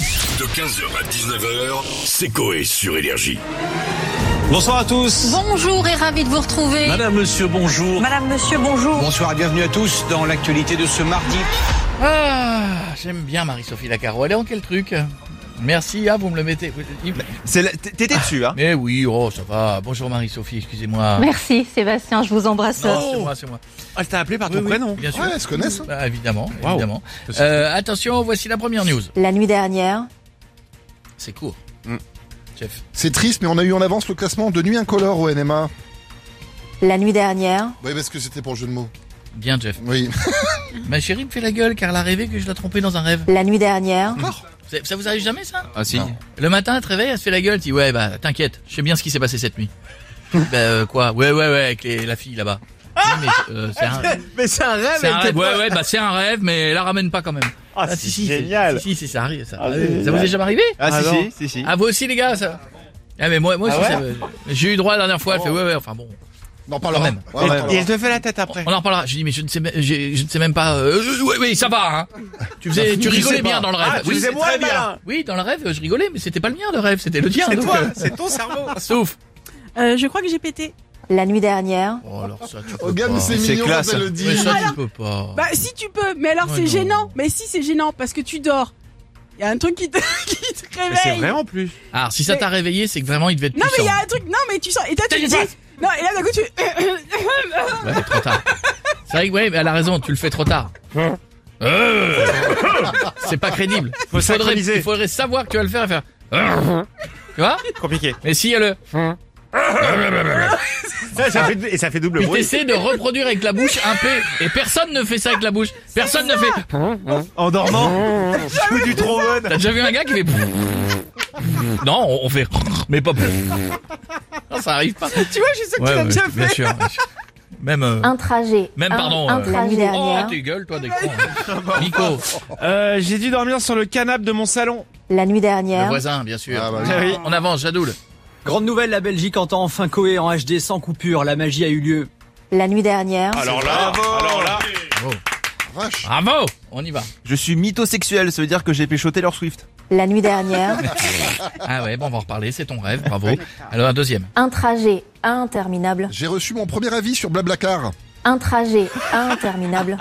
De 15h à 19h, c'est Coé sur Énergie. Bonsoir à tous. Bonjour et ravi de vous retrouver. Madame, monsieur, bonjour. Madame, monsieur, bonjour. Bonsoir et bienvenue à tous dans l'actualité de ce mardi. Ah, j'aime bien Marie-Sophie Lacaro. Elle est en quel truc Merci, ah, vous me le mettez. C'est la- t- T'étais dessus, hein Mais oui, oh, ça va. Bonjour Marie-Sophie, excusez-moi. Merci Sébastien, je vous embrasse. Non, c'est moi, c'est moi. Elle t'a appelé par ton prénom. Bien sûr. Ouais, elles se connaissent. hein. Bah, évidemment, évidemment. Euh, attention, voici la première news. La nuit dernière, C'est court. Mm. Chef. C'est triste, mais on a eu en avance le classement de Nuit Incolore au NMA. la nuit dernière, Oui, parce que c'était pour le jeu de mots. Bien, Jeff. Oui. Ma chérie me fait la gueule car elle a rêvé que je la trompais dans un rêve. la nuit dernière, Ça, ça vous arrive jamais, ça Ah si. Le matin, elle te réveille, elle se fait la gueule, tu dis ouais bah t'inquiète, je sais bien ce qui s'est passé cette nuit. bah euh, quoi Ouais ouais ouais avec les- la fille là-bas. Oui, mais euh, c'est un, Mais c'est un rêve, c'est un elle rêve. était Ouais ouais bah c'est un rêve, mais la ramène pas quand même. Ah, Ah, c'est si, si, c'est- génial. Si si, c'est- ça arrive ça. Ah, ça c'est vous est jamais arrivé Ah, Ah, si, non. si, si, si. Ah vous aussi les gars ça. Ah mais moi moi Ah aussi, ouais ça me- j'ai eu droit la dernière fois, elle fait ouais ouais enfin bon. On en parlera. Quand même. Ouais, on en parlera. Et elle te fait la tête après. On en reparlera. Je dis mais je ne sais même, j'ai- je ne sais même pas. euh, euh, oui oui ça va. Hein. Tu faisais tu Je rigolais sais pas. bien dans le rêve. Ah, tu oui faisais c'est moins très le malin. Oui dans le rêve je rigolais mais c'était pas le mien le rêve c'était le tien. C'est donc, toi, euh, c'est ton cerveau. Sauf. Euh, je crois que j'ai pété. la nuit dernière, Oh alors ça tu peux Regarde, pas. mais c'est C'est mignon, classe. quand elle le dit. Mais ça, tu peux pas. Bah si tu peux, mais alors Ouais, c'est non. gênant. Mais si c'est gênant parce que tu dors. Il y a un truc qui te, qui te Mais c'est réveille. vrai en plus. Alors, si ça t'a réveillé, c'est que vraiment, il devait être non mais il puissant. y a un truc. Non mais tu sens. Et toi T'as tu te une dis. patte. Non et là d'un coup tu. Ouais, mais trop tard. C'est vrai que, ouais, mais elle a raison, tu le fais trop tard. Euh. c'est pas crédible. Faut il, faudrait, synchroniser. il faudrait savoir que tu vas le faire et faire. Euh. tu vois Compliqué. Mais si elle le. Ça, ça fait, et ça fait double Puis bruit. t'essaies de reproduire avec la bouche un P. Et personne ne fait ça avec la bouche. Personne ne fait. En dormant, je joue du trombone. T'as déjà vu un gars qui fait. non, on- on fait. Mais pas. non, ça arrive pas. tu vois je suis sûr que tu l'as déjà fait. sûr, bien sûr. Même. euh, un trajet. Même, un, pardon, un trajet. euh, La nuit Oh, dernière, tu gueules, toi, des cons. hein. Nico, Euh, j'ai dû dormir sur le canapé de mon salon. la nuit le dernière, voisin, bien sûr. Ah, bah oui. Ah oui. On avance, Jadoul. Grande nouvelle, la Belgique entend enfin Coé en HD sans coupure. La magie a eu lieu. la nuit dernière, Alors là, alors là. Vache. Bravo On y va. Je suis mythosexuel, ça veut dire que j'ai péchoté leur Swift. la nuit dernière, Ah ouais, bon, on va en reparler, c'est ton rêve, bravo. Alors, un deuxième. un trajet interminable, J'ai reçu mon premier avis sur Blablacar. un trajet interminable,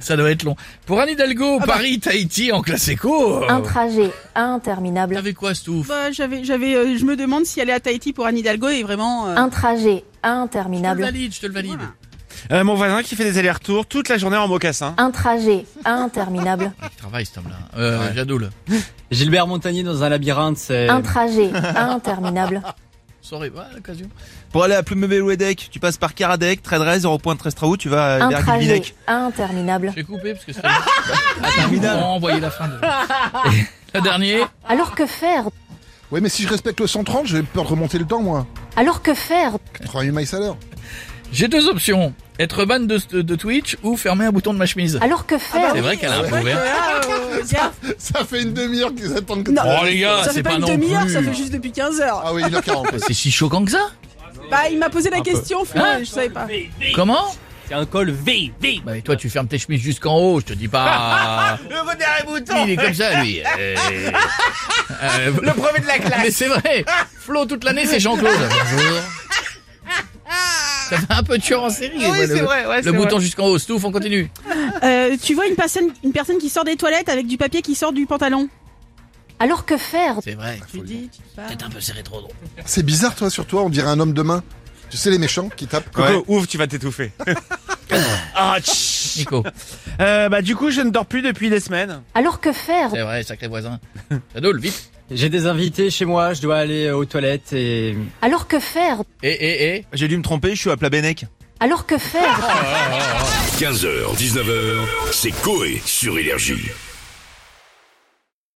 Ça doit être long. Pour Anne Hidalgo, Paris, Tahiti, en classe éco. euh, un trajet interminable, T'avais quoi, Stouff Bah j'avais j'avais euh, je me demande si aller à Tahiti pour Anne Hidalgo est vraiment. euh, un trajet Je te le interminable, valide, je te le valide. Voilà. Euh, mon voisin qui fait des allers-retours toute la journée en hein. mocassin. un trajet interminable, Il travaille, cet homme-là. Euh, Jadoul. Gilbert Montagnier dans un labyrinthe, c'est... un trajet interminable, Sorry, ouais, l'occasion. Pour aller à Plumevélouédec, tu passes par Caradec, Trédrez, Europointe, Trestraou, tu vas un vers trajet Guilvinec. interminable. J'ai coupé parce que c'était. Interminable. On envoyé la fin de. Le dernier. Alors que faire Ouais, mais si je respecte le 130, j'ai peur de remonter le temps, moi. Alors que faire 88 miles à l'heure. J'ai deux options. Être ban de, de Twitch ou fermer un bouton de ma chemise. Alors que Ah bah faire C'est vrai qu'elle a un peu Ouais, ouvert. euh, gaffe. Ça fait une demi-heure qu'ils attendent que Non. Oh les gars, ça c'est fait pas, pas une non demi-heure, plus. ça fait juste depuis 15 heures. Ah oui, 1h40. C'est si choquant que ça Bah il m'a posé la question, Flo, Hein et je savais pas. Comment C'est un col V, V. Bah et toi tu fermes tes chemises jusqu'en haut, je te dis pas. Le gros dernier bouton Il est comme ça lui. Euh, euh, Le premier de la mais c'est vrai. Flo toute l'année c'est Jean-Claude. Bonjour. Ça fait un peu tueur en série. Oui, le- c'est vrai, ouais, Le c'est bouton jusqu'en haut, Stouff, on continue. Euh, tu vois une personne une personne qui sort des toilettes avec du papier qui sort du pantalon. Alors que faire C'est vrai. Tu dis, tu pars. Peut-être un peu serré trop. drôle. C'est bizarre, toi, sur toi, on dirait un homme de main. Tu sais, les méchants qui tapent. Ouais. Coco, ouvre, tu vas t'étouffer. ah, tch. Nico, Euh, bah du coup, je ne dors plus depuis des semaines. Alors que faire c'est vrai, sacré voisin. Jadoul, vite. J'ai des invités chez moi, je dois aller aux toilettes et... Alors que faire Et et et. J'ai dû me tromper, je suis à Plabennec. Alors que faire 15h, 19h, c'est Coé sur Énergie.